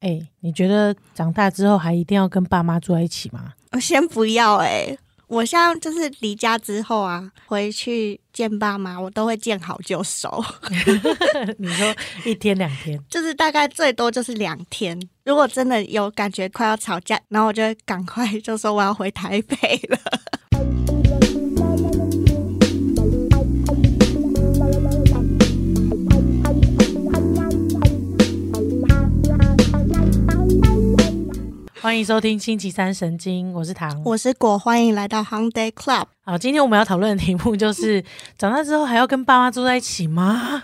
哎、你觉得长大之后还一定要跟爸妈住在一起 吗？我先不要哎、我像就是离家之后啊，回去见爸妈，我都会见好就收， 你说一天两天，就是大概最多就是两天。如果真的有感觉快要吵架，然后我就会赶快就说我要回台北了。 欢迎收听星期三神经，我是唐。我是果，欢迎来到 h o l i Day Club。好，今天我们要讨论的题目就是长大之后还要跟爸妈住在一起 吗？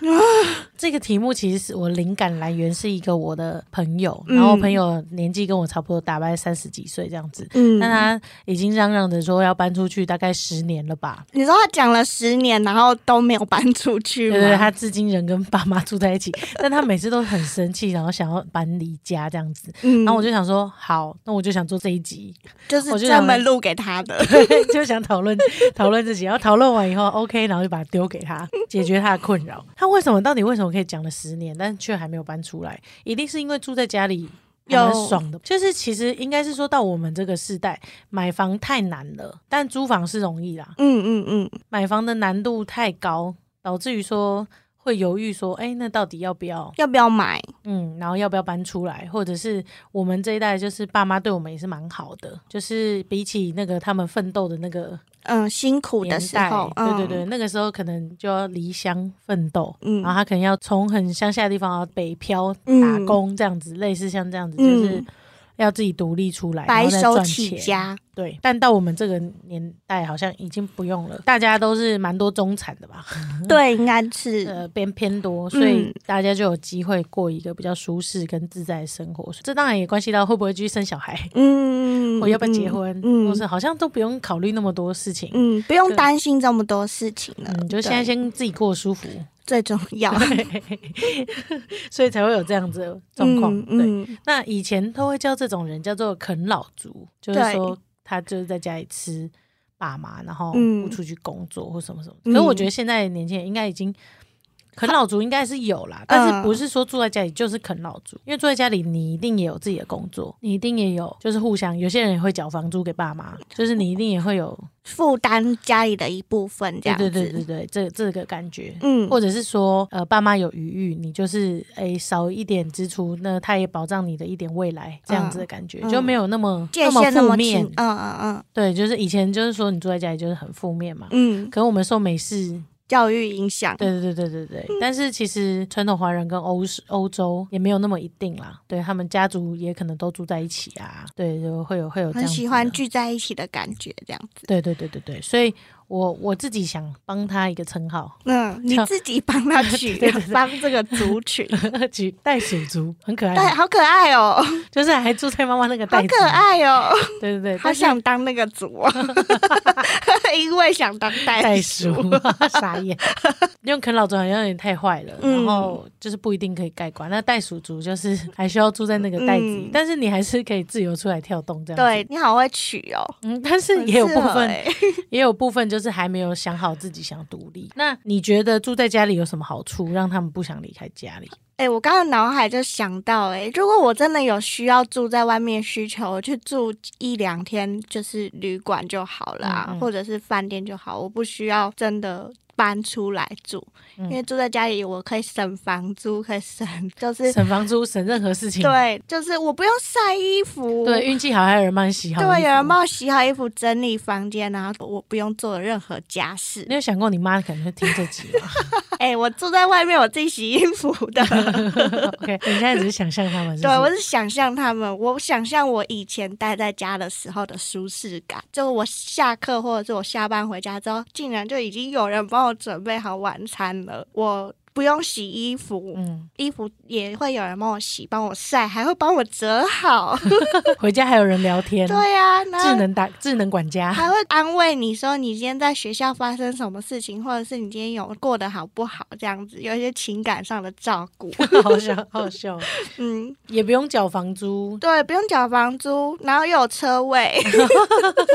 这个题目其实是我灵感来源是一个我的朋友，然后我嗯朋友年纪跟我差不多，大概三十几岁这样子。嗯但他已经嚷嚷着说要搬出去，大概十年了吧？你说他讲了十年，然后都没有搬出去对吗？对对，他至今仍跟爸妈住在一起，但他每次都很生气，然后想要搬离家这样子。然嗯后我就想说，好，那我就想做这一集，就是我就专想门录给他的。 就想讨论讨论这些，然后讨论完以后 OK，然后就把它丢给他，解决他的困扰。他为什么到底为什么可以讲了十年，但却还没有搬出来？一定是因为住在家里。还蛮有爽的，就是其实应该是说到我们这个世代，买房太难了，但租房是容易啦。嗯嗯嗯，买房的难度太高，导致于说会犹豫说，哎、那到底要不要？要不要买？嗯，然后要不要搬出来？或者是我们这一代，就是爸妈对我们也是蛮好的，就是比起那个他们奋斗的那个嗯，辛苦的年时代，候，嗯、对对对，那个时候可能就要离乡奋斗，嗯然后他可能要从很乡下的地方啊北漂嗯打工这样子，类似像这样子，嗯就是要自己独立出来，然白后再手赚起钱。家。对，但到我们这个年代，好像已经不用了，大家都是蛮多中产的吧，对，应该是。呃，偏偏多，所以嗯大家就有机会过一个比较舒适跟自在的生活。这当然也关系到会不会继续生小孩，嗯，我要不要嗯结婚，嗯或是好像都不用考虑那么多事情。嗯，不用对担心这么多事情了。嗯，就现在对先自己过得舒 服， 最重要所以才会有这样子的 状况。对，嗯，嗯那以前都会叫这种人叫做啃老族，就是对说他就是在家里吃爸妈，然后嗯不出去工作或什么什么。嗯可是我觉得现在的年轻人应该已经。啃老族应该是有嗯啦，但是不是说住在家里就是啃老族？因为住在家里，你一定也有自己的工作，你一定也有，就是互相，有些人也会缴房租给爸妈，就是你一定也会有，负担家里的一部分，这对样子。对对对对，这这个感觉，嗯，或者是说，呃，爸妈有余裕，你就是诶少一点支出，那他也保障你的一点未来，这样子的感觉、嗯就没有那么界限那负么面清。。嗯嗯对，就是以前就是说你住在家里就是很负面嘛，嗯嗯，可我们受美式，教育影响。对对对对对嗯对，但是其实传统华人跟欧式欧洲也没有那么一定啦，对他们家族也可能都住在一起啊，对，就会有会有这很样子喜的欢聚在一起的感觉，这样子。对对对对对，所以我我自己想帮他一个称号， 嗯，你叫自己帮他 取对对，对帮这个族 群， 举袋鼠族，很可爱对，吧，好可爱 哦，就是还住在妈妈那个好哎袋子可里。爱哦，对对对，好但是想当那个族哦， 因为想当袋袋鼠 鼠。，傻眼。用啃老族好像有点太坏了，嗯然后就是不一定可以盖棺。那袋鼠族就是还需要住在那个袋子里，嗯但是你还是可以自由出来跳动这样。对，，你好会取哦，嗯，但是很也有适部合分，欸也有部分就是还没有想好自己想独立。那你觉得住在家里有什么好处，让他们不想离开家里？哎、我刚刚脑海就想到、欸，哎，如果我真的有需要住在外面的需求，我去住一两天，就是旅馆就好了、啊，嗯嗯或者是饭店就好，我不需要真的搬出来住，嗯因为住在家里我可以省房租，可以省，就是省房租，省任何事情。对，就是我不用晒衣服，对，运气好还有人帮你洗好。对，有人。帮我洗好衣服，整理房间，然后我不用做任何家事 你。有想过你妈可能会听这集吗？ 哎、我住在外面，我自己洗衣服的。 OK，你现在只是想象他们是不对，是我是想象他们，我想象我以前待在家的时候的舒适感，就我下课或者是我下班回家之后，竟然就已经有人帮我准备好晚餐了，我不用洗衣服，嗯，衣服也会有人帮我洗、帮我晒，还会帮我折 好。回家还有人聊天。对啊呀、智那。能啊打智能管 家，还会安慰你说你今天在学校发生什么事情，或者是你今天有过得好不好，这样子有一些情感上的照 顾。好笑好笑，嗯，也不用缴房租，对，不用缴房租，然后又有车位。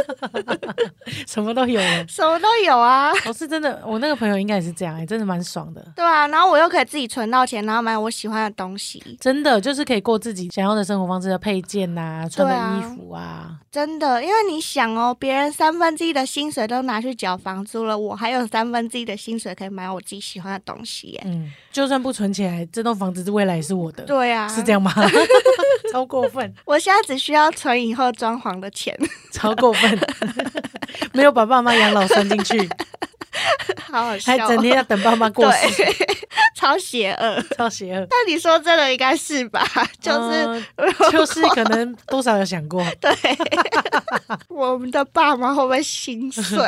什么都有了。什么都有啊， 啊哦我、是真的，我那个朋友应该也是这样、欸，真的蛮爽的。对啊，啊，然后我又可以自己存到钱，然后买我喜欢的东西。真的就是可以过自己想要的生活方式的配件呐、穿对啊的衣服啊，真的，因为你想哦，别人三分之一的薪水都拿去缴房租了，我还有三分之一的薪水可以买我自己喜欢的东西耶。嗯，就算不存起来，这栋房子未来也是我的，啊对啊，嗯是这。 样吗？超过分，我现在只需要存以后装潢的钱。 超过分， 没有把爸妈养老算进 去，好好笑、还哦，整天要等爸妈过世， 超邪恶。超邪恶。但你说真的应该是吧？就是、嗯就是可能多少有想过，对，我们的爸妈会不会 心碎？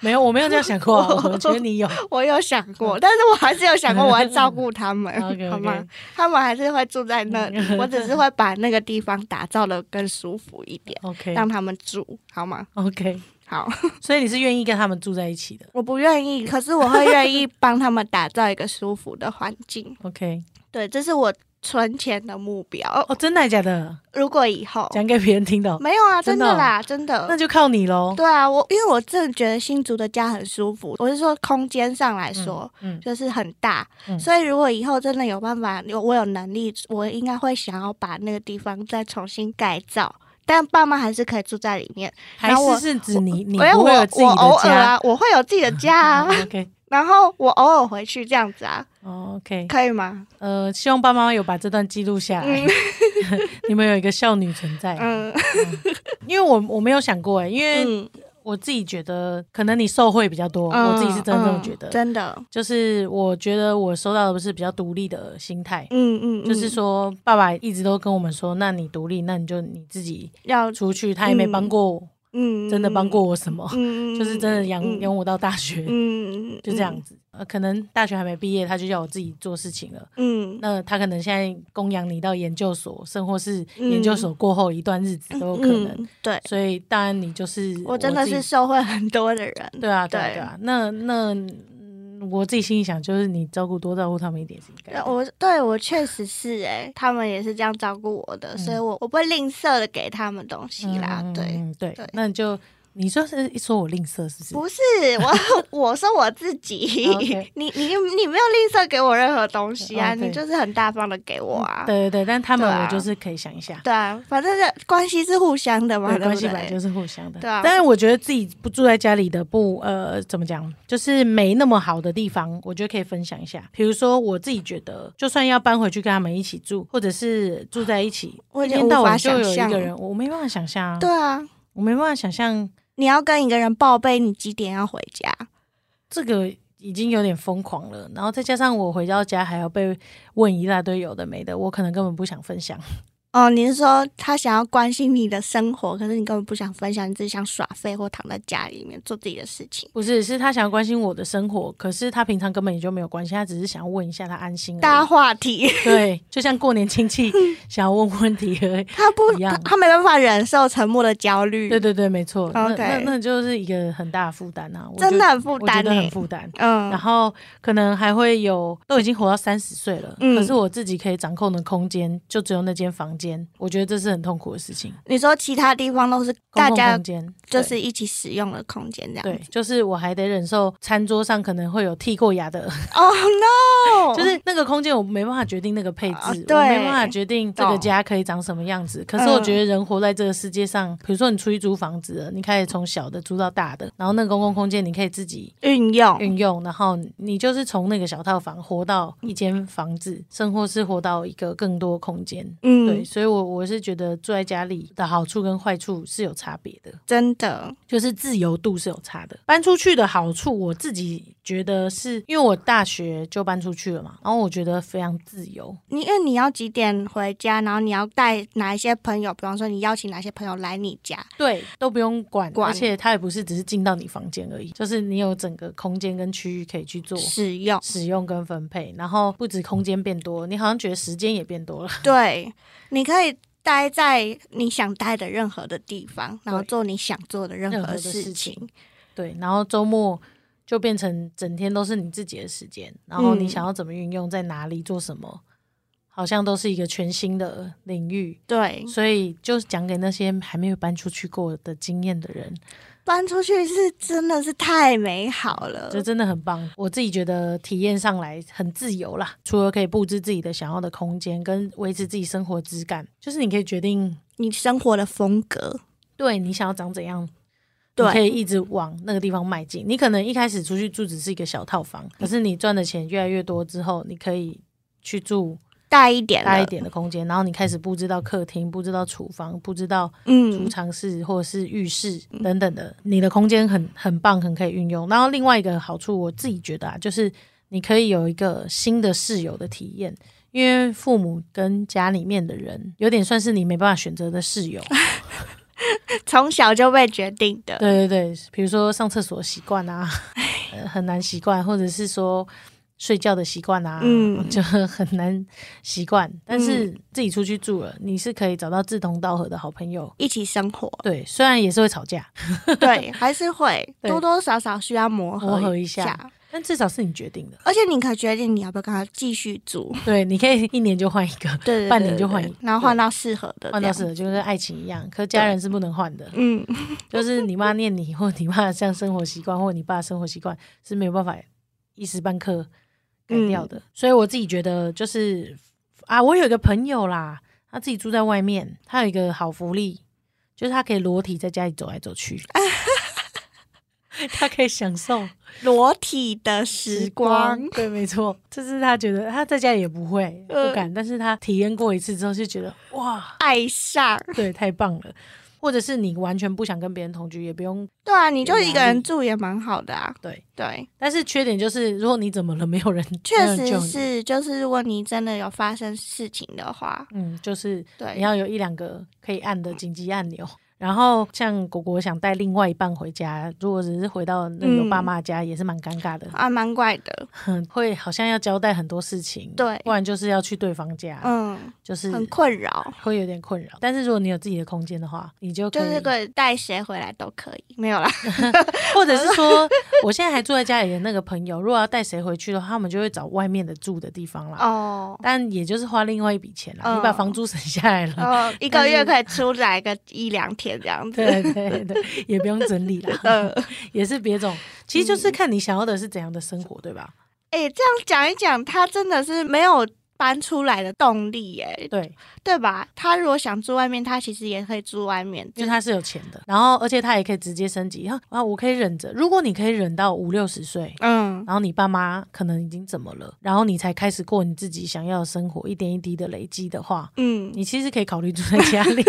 没有，我没有这样想过啊， 我觉得你有。我有想过，但是我还是有想过我要照顾他 们嗯 OK，OK 好吗？他们还是会住在那里，我只是会把那个地方打造的更舒服一点， OK 让他们住好吗？ OK，好， 所以你是愿意跟他们住在一起的。我不愿意，可是我会愿意帮他们打造一个舒服的环境。 OK，对，这是我存钱的目标。哦，真的还假的？如果以后讲给别人听的哦，没有啊，真真的的哦啦，真的，那就靠你喽。对啊，我因为我真的觉得新竹的家很舒服，我是说空间上来说。嗯，就是很大，嗯所以如果以后真的有办法，有我有能力，我应该会想要把那个地方再重新改造。但爸妈还是可以住在里面，还然后我是是指你，你因为不我会有自己我的偶尔家。哦啊，我会有自己的家 啊， OK 然后我偶尔回去这样子啊，哦 OK，可以吗？呃，希望爸妈有把这段记录下来嗯。 你们有一个少女存在，嗯因为我我没有想过哎，因为嗯，我自己觉得可能你受惠比较多，我自己是真的这么嗯觉得。真的，就是我觉得我收到的是比较独立的心态，嗯嗯，嗯就是说爸爸一直都跟我们说，那你独立，那你就你自己要出去，他也没帮过我，嗯真的帮，过我什么， 嗯就是真的养嗯养我到大学，嗯，就这样子。呃，可能大学还没毕业，他就要我自己做事情了。嗯，嗯，那他可能现在供养你到研究所，甚或是研究所过后一段日子都有可能。嗯对，所以当然你就是我真的自己是受惠很多的人。对啊，对啊，对对啊。那那、嗯我自己心里想，就是你照顾多照顾他们一点是应该那的。我对我确实是哎、他们也是这样照顾我的，所以我我不会吝啬的给他们东西啦。嗯对，嗯对对那你就你说是说我吝啬是不是？不是我 我说我自己 OK 你你你没有吝啬给我任何东西啊，哦对嗯你就是很大方的给我啊。对对对，但他们对啊我就是可以想一下，对啊，反正这关系是互相的嘛，对对关不系本来对？就是互相的。对啊但是我觉得自己不住在家里的不呃怎么讲，就是没那么好的地方，我觉得可以分享一下。比如说我自己觉得，就算要搬回去跟他们一起住，或者是住在一起，我一已经天到晚无法就有想一象个人，我没办法想象啊，对啊，我没办法想象你要跟一个人报备你几点要回家，这个。已经有点疯狂了，然后再加上我回到家还要被问一大堆有的没的，我可能根本不想分享。哦，你是说他想要关心你的生活，可是你根本不想分享，你只是想耍废或躺在家里面做自己的事情。不是，是他想要关心我的生活，可是他平常根本也就没有关心，他只是想要问一下他安心而已。大话题， 对，就像过年亲 戚想要问问题而已。他不一样他，他没办法忍受沉默的焦虑，对对对，没错。那 OK 那那就是一个很大的负担啊，我真的就很负担我觉得很呢。负啊担。然嗯后可能还会有，都已经活到三十岁了，嗯可是我自己可以掌控的空间就只有那间房间，我觉得这是很痛苦的事情。你说其他地方都是公大共家空间就是一起使用的空间，这对，样对子。就是我还得忍受餐桌上可能会有剃过牙的哦 no， 就是那个空间，我没办法决定那个配置，啊对哦我没办法决定这个懂家可以长什么样子。可是我觉得人活在这个世界上，比如说你出去租房子了，你开始从小的租到大的，然后那个公共空间你可以自己运用，运用，然后你就是从那个小套房活到一间房子，甚或是活到一个更多空间。对，嗯，所以我，我是觉得住在家里的好处跟坏处是有差别的，真的，就是自由度是有差的。搬出去的好处，我自己觉得是因为我大学就搬出去了嘛，然后我觉得非常自由，你因为你要几点回家，然后你要带哪一些朋友，比方说你邀请哪些朋友来你家，对，都不用管，管而且它也不是只是进到你房间而已，就是你有整个空间跟区域可以去做使用，使用跟分配，然后不止空间变多，你好像觉得时间也变多了。 对，你可以。待在你想待的任何的地方，然后对做你想做的任任何何的事事情。情对，然后周末就变成整天都是你自己的时间，然后你嗯想要怎么运用，在哪里做什么，好像都是一个全新的领域，对，所以就是讲给那些还没有搬出去过的经验的人，搬出去是真的是太美好了，就真的很棒。我自己觉得体验上来很自由啦，除了可以布置自己的想要的空间，跟维持自己生活质感，就是你可以决定你生活的风格，对你想要长怎样。你可对，以一直往那个地方迈进。你可能一开始出去住只是一个小套房，可是你赚的钱越来越多之后，你可以去住大一点，大一，点的空间，然后你开始布置到客厅，布置到厨房，布置到储嗯，藏室或者是浴室等等的，你的空间很很棒，很可以运用。然后另外一个好处，我自己觉得啊，就是你可以有一个新的室友的体验。因为父母跟家里面的人有点算是你没办法选择的室 友，从小就被决定的，对对对，比如说上厕所习惯啊，呃 很难习惯，或者是说睡觉的习惯啊，嗯就很难习惯。但是自己出去住了，你是可以找到志同道合的好朋友。，一起生活对，虽然也是会吵架，对，还是会对多多少少需要磨磨合合一下下。但至少是你决定的。而且你可以决定你要不要跟他继续住， 对，你可以一年就换一个， 对对对半年对就对换一个然后换到适合的，换到适，合，就跟爱情一样。可家人是不能换 的，嗯，就是你妈念你，或你妈像生活习惯，或你爸生活习惯是没有办法一时半刻改掉嗯的。所以我自己觉得就是啊，我有一个朋友啦，他自己住在外面，他有一个好福利，就是他可以裸体在家里走来走 去，他可以享受裸体的时光，对，没错，这是他觉得他在家里也不会不嗯敢，但是他体验过一次之后就觉得哇，爱上。 对，太棒了。或者是你完全不想跟别人同居，也不用对啊，你就有压一个人力住也蛮好的啊。对，对，但是缺点就是，如果你怎么了，没有人没确有人救你实是，就是如果你真的有发生事情的话，嗯，就是你对，要有一两个可以按的紧急按钮。然后像果果想带另外一半回家，如果只是回到那个嗯爸妈家，也是蛮尴尬的，啊，蛮怪的。很 会好像要交代很多事情，对不然就是要去对方家，嗯，就是很困扰，会有点困扰。但是如果你有自己的空间的话，你就可就以，是可以带谁回来都可以，没有啦。 或者是说，我现在还住在家里的那个朋友，如果要带谁回去的话，他们就会找外面的住的地方啦。哦，但也就是花另外一笔钱啦，你把嗯房租省下来了， 哦，一个月可以出来个一两天这样子。对对对，也不用整理啦，嗯，也是别种，其实就是看你想要的是怎样的生活，对吧？哎，这样讲一讲，他真的是没有搬出来的动力耶，对，对吧？他如果想住外面，他其实也可以住外面，因就为是他是有钱的，然后而且他也可以直接升级啊啊！我可以忍着，如果你可以忍到五六十岁，嗯，然后你爸妈可能已经怎么了，然后你才开始过你自己想要的生活，一点一滴的累积的话，嗯，你其实可以考虑住在家里，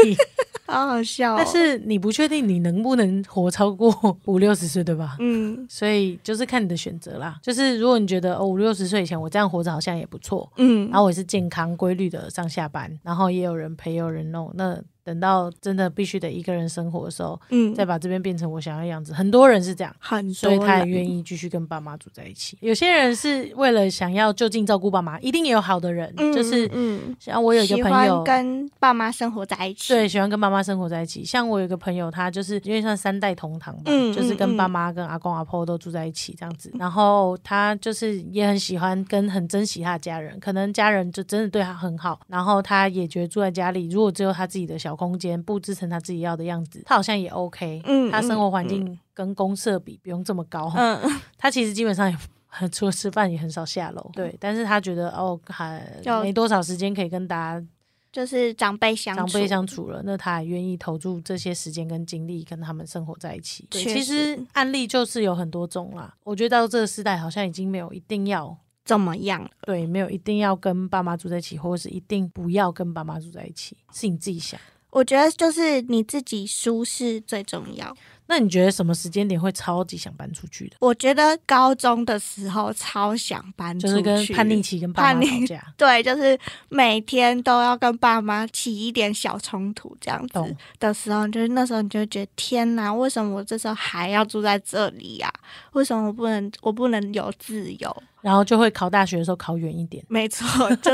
好好笑、哦。但，是你不确定你能不能活超过 五六十岁，对吧？嗯所以就是看你的选择啦。就是如果你觉得哦五六十岁以前我这样活着好像也不错，嗯然，后我也是健康规律的上下班，然后也有人陪，也有人弄。那等到真的必须得一个人生活的时候，嗯再把这边变成我想要的样子。很多人是这样，很所以多他也人愿意继续跟爸妈住在一起。有些人是为了想要就近照顾爸妈，一定也有好的人，嗯就是嗯，像我有一个喜朋欢友。跟爸妈生活在一起，对，喜欢跟爸妈生活在一起。像我有一个朋友，他就是因为算三代同堂吧，嗯就是嗯跟嗯爸妈、跟阿公、阿婆都住在一起这样子。然后他就是也很喜欢跟很珍惜他的家人，可能家人就真的对他很好。然后他也觉得住在家里，如果只有他自己的小空间，布置成他自己要的样子，他好像也 OK。嗯他生活环，嗯境跟公社比不用这么高，嗯嗯，他其实基本上也。 除了吃饭也很少下楼，对，但是他觉得哦，还就没多少时间可以跟大家 就是长辈相长辈处相处了，那他也愿意投注这些时间跟精力跟他们生活在一起。对，确其实实案例就是有很多种啦。我觉得到这个时代，好像已经没有一定要怎么样了？对，没有一定要跟爸妈住在一起，或者是一定不要跟爸妈住在一起，是你自己想。我觉得就是你自己舒适最重要。那你觉得什么时间点会超级想搬出去的？我觉得高中的时候超想搬出就去，是跟叛逆。期跟爸妈叛逆吵架，对，就是每天都要跟爸妈起一点小冲突这样子懂？的时候，就是那时候你就会觉得天哪，为什么我这时候还要住在这里呀、为什么我不能我不能有自由？，然后就会考大学的时候考远一点没错，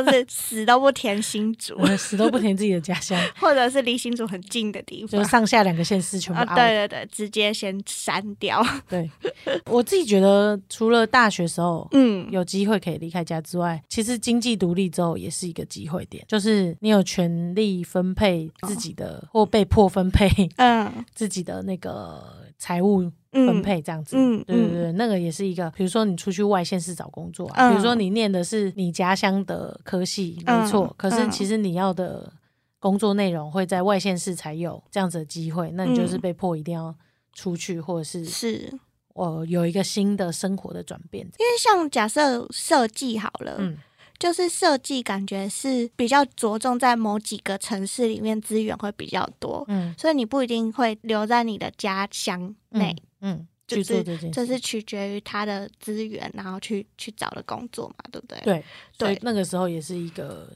就是 死都不填新竹，我 死都不填自己的家乡，或者是离新竹很近的地就方是上下两个县市全部啊， out。对对对之直接先删掉。对，我自己觉得除了大学时候。嗯，有机会可以离开家之外，其实经济独立之后也是一个机会点，就是你有权利分配自己哦的，或被迫分配 嗯自己的那个财务嗯，分配这样子。嗯，嗯对对对，那个也是一个，比如说你出去外县市找工作、啊，嗯比如说你念的是你家乡的科系，嗯没错，可是嗯其实你要的工作内容会在外县市才有这样子的机会，那你就是嗯被迫一定要出去，或者是是。我有一个新的生活的转变。因为像假设设计好了，嗯就是设计感觉是比较着重在某几个城市里面资源会比较多，嗯所以你不一定会留在你的家乡内，嗯，就去做是这件事，这是取决于他的资源，然后去去找的工作嘛，对不对？对对所以那个时候也是一个。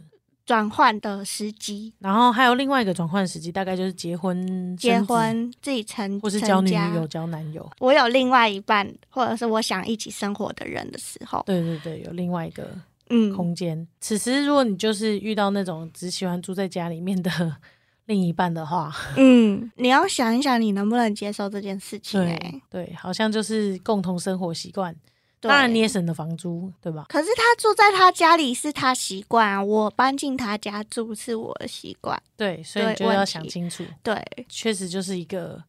转换的时机，然后还有另外一个转换时机，大概就是结婚、结生子，婚自己成或是交女成家友、交男友。我有另外一半，或者是我想一起生活的人的时候，对对对，有另外一个嗯，空间。此时，如果你就是遇到那种只喜欢住在家里面的 另一半的话，嗯，你要想一想，你能不能接受这件事情、欸？对对，好像就是共同生活习惯。对当然，你也省了房租，对吧？可是他住在他家里是他习惯啊，我搬进他家住是我的习惯。对，所以你对就要问想题清楚，对，确实就是一个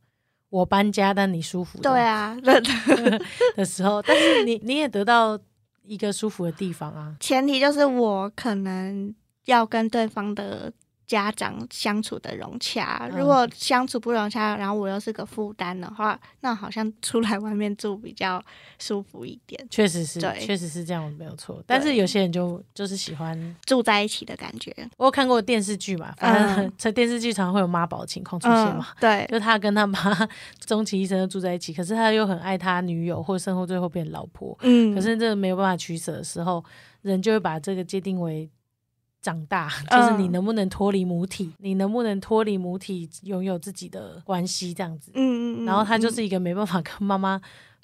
我搬家但你舒服的对啊， 对的的时候，但是你你也得到一个舒服的地方啊。前提就是我可能要跟对方的家长相处的融洽。嗯如果相处不融洽，然后我又是个负担的话，那好像出来外面住比较舒服一点，确实是，对确实是这样，没有错。但是有些人就就是喜欢，住在一起的感觉我有看过电视剧嘛，反正嗯在、电视剧常会有妈宝情况出现嘛。嗯、对，就他跟他妈终其一生都住在一起，可是他又很爱他女友，或生活最后变老婆。嗯，可是这没有办法取舍的时候，人就会把这个界定为长大，就是嗯你能不能脱离母体，你能不能脱离母体拥有自己的关系这样子。嗯，嗯嗯，然后他就嗯是一个没办法跟妈妈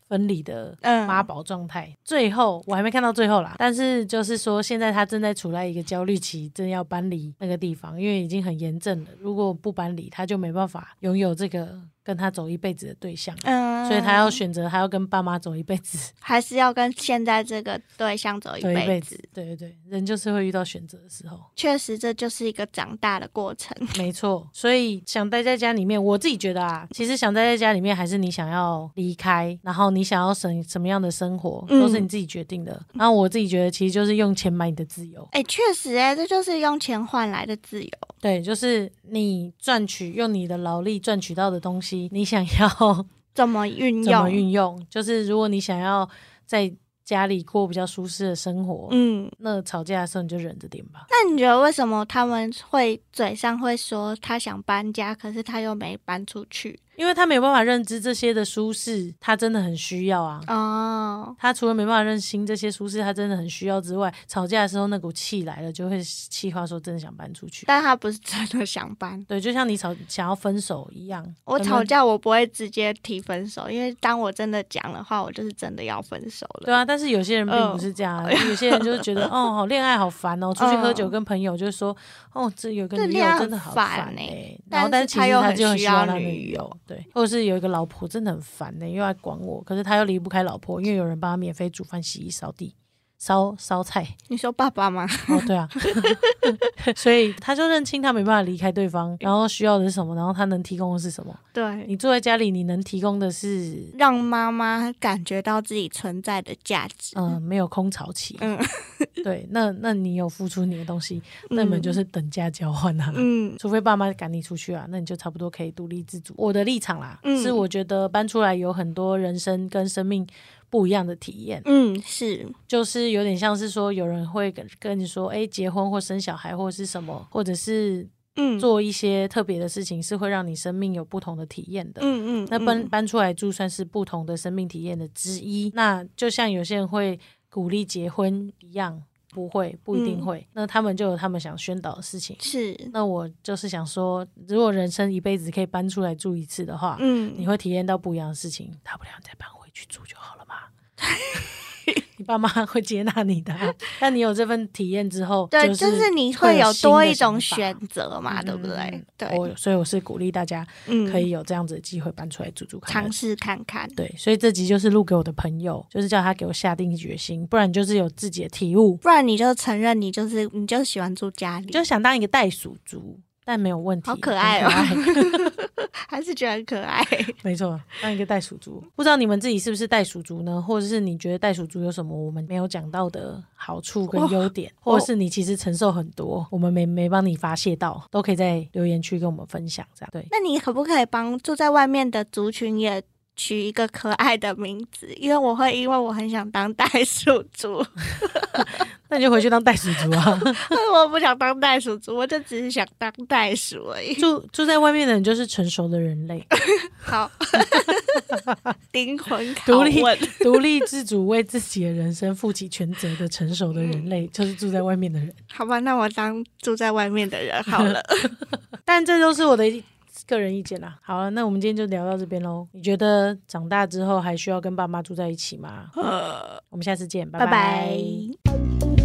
分离的嗯妈宝状态。最后我还没看到最后啦，但是就是说现在他正在处在一个焦虑期，正要搬离那个地方，因为已经很严重了。如果不搬离，他就没办法拥有这个跟他走一辈子的对象。嗯，所以他要选择，他要跟爸妈走一辈子，还是要跟现在这个对象走一走一辈辈子。对对对，人就是会遇到选择的时候，确实，这就是一个长大的过程。没错。所以想待在家里面，我自己觉得啊，其实想待在家里面，还是你想要离开，然后你想要什什么样的生活，嗯都是你自己决定的。然后我自己觉得，其实就是用钱买你的自由。哎、确实、哎，这就是用钱换来的自由。对，就是你赚取用你的劳力赚取到的东西，你想 要怎么运怎么用？运用？就是如果你想要在家里过比较舒适的生活，嗯，那吵架的时候你就忍着点吧。那你觉得为什么他们会嘴上会说他想搬家，可是他又没搬出去？因为他没有办法认知这些的舒适，他真的很需要啊。哦，他除了没办法认清这些舒适，他真的很需要之外，吵架的时候那股气来了，就会气话说真的想搬出去。但他不是真的想搬。对，就像你吵想要分手一样，我可能吵。架我不会直接提分手，因为当我真的讲的话，我就是真的要分手了。对啊，但是有些人并不是这样啊，有些人就是觉 得哦，好恋爱好烦嗯哦，出去喝酒跟朋友就说哦，这有个这女恋友爱真的很好烦哎、欸然后但但是其他实又他很就很需需要要那女女友友，对，或者是有一个老婆真的很烦呢、又爱管我，可是他又离不开老婆，因为有人帮他免费煮饭、洗衣、扫地、烧烧菜。你说爸爸吗？ 哦，对啊，所以他就认清他没办法离开对方，然后需要的是什么，然后他能提供的是什么。对，你坐在家里，你能提供的是，让妈妈感觉到自己存在的价值。嗯、没有空巢期，嗯 对，那那你有付出你的东西，那你们就是等价交换啊。嗯除非爸妈赶你出去啊，那你就差不多可以独立自主。我的立场啦，嗯是我觉得搬出来有很多人生跟生命不一样的体验，嗯，是就是有点像是说有人会跟跟你说，哎、结婚或生小孩或是什么，或者是嗯做一些特别的事情，是会让你生命有不同的体验的。嗯嗯，那嗯搬搬出来住算是不同的生命体验的之一。那就像有些人会鼓励结婚一样，不会，不一定嗯会。那他们就有他们想宣导的事情。是那我就是想说，如果人生一辈子可以搬出来住一次的话，嗯 你会体验到不一样的事情。大不了你再搬回去住就好了嘛。你爸妈会接纳你的啊、但你有这份体验之后，对，就就是你会会有多一新的种想法选择嘛，对不对嗯？对，我所以我是鼓励大家嗯可以有这样子的机会搬出来住住看尝看。试看看。对，所以这集就是录给我的朋友，就是叫他给我下定决心，不然就是有自己的体悟，不然你就承认你就是你就喜欢住家里，就想当一个袋鼠族，但没有问题，好可爱哦很 可爱还是觉得很可爱。没错，当一个袋鼠族。不知道你们自己是不是袋鼠族呢？或者是你觉得袋鼠族有什么我们没有讲到的好处跟优点，哦或者是你其实承受很多，我们没没帮你发泄到，都可以在留言区跟我们分享。这样对， 那你可不可以帮住在外面的族群也取一个可爱的名字？因为我会，因为我很想当袋鼠族， 那你就回去当袋鼠族啊。我不想当袋鼠族，我就只是想当袋鼠而已。住住在外面的人就是成熟的人类， 好，灵魂独拷立问。 独立自主，为自己的人生负起全责的成熟的人嗯类，就是住在外面的人。 好吧，那我当住在外面的人好了。但这都是我的一个人意见啦。好了，那我们今天就聊到这边喽。你觉得长大之后还需要跟爸妈住在一起吗？呃，我们下次见， 拜拜拜。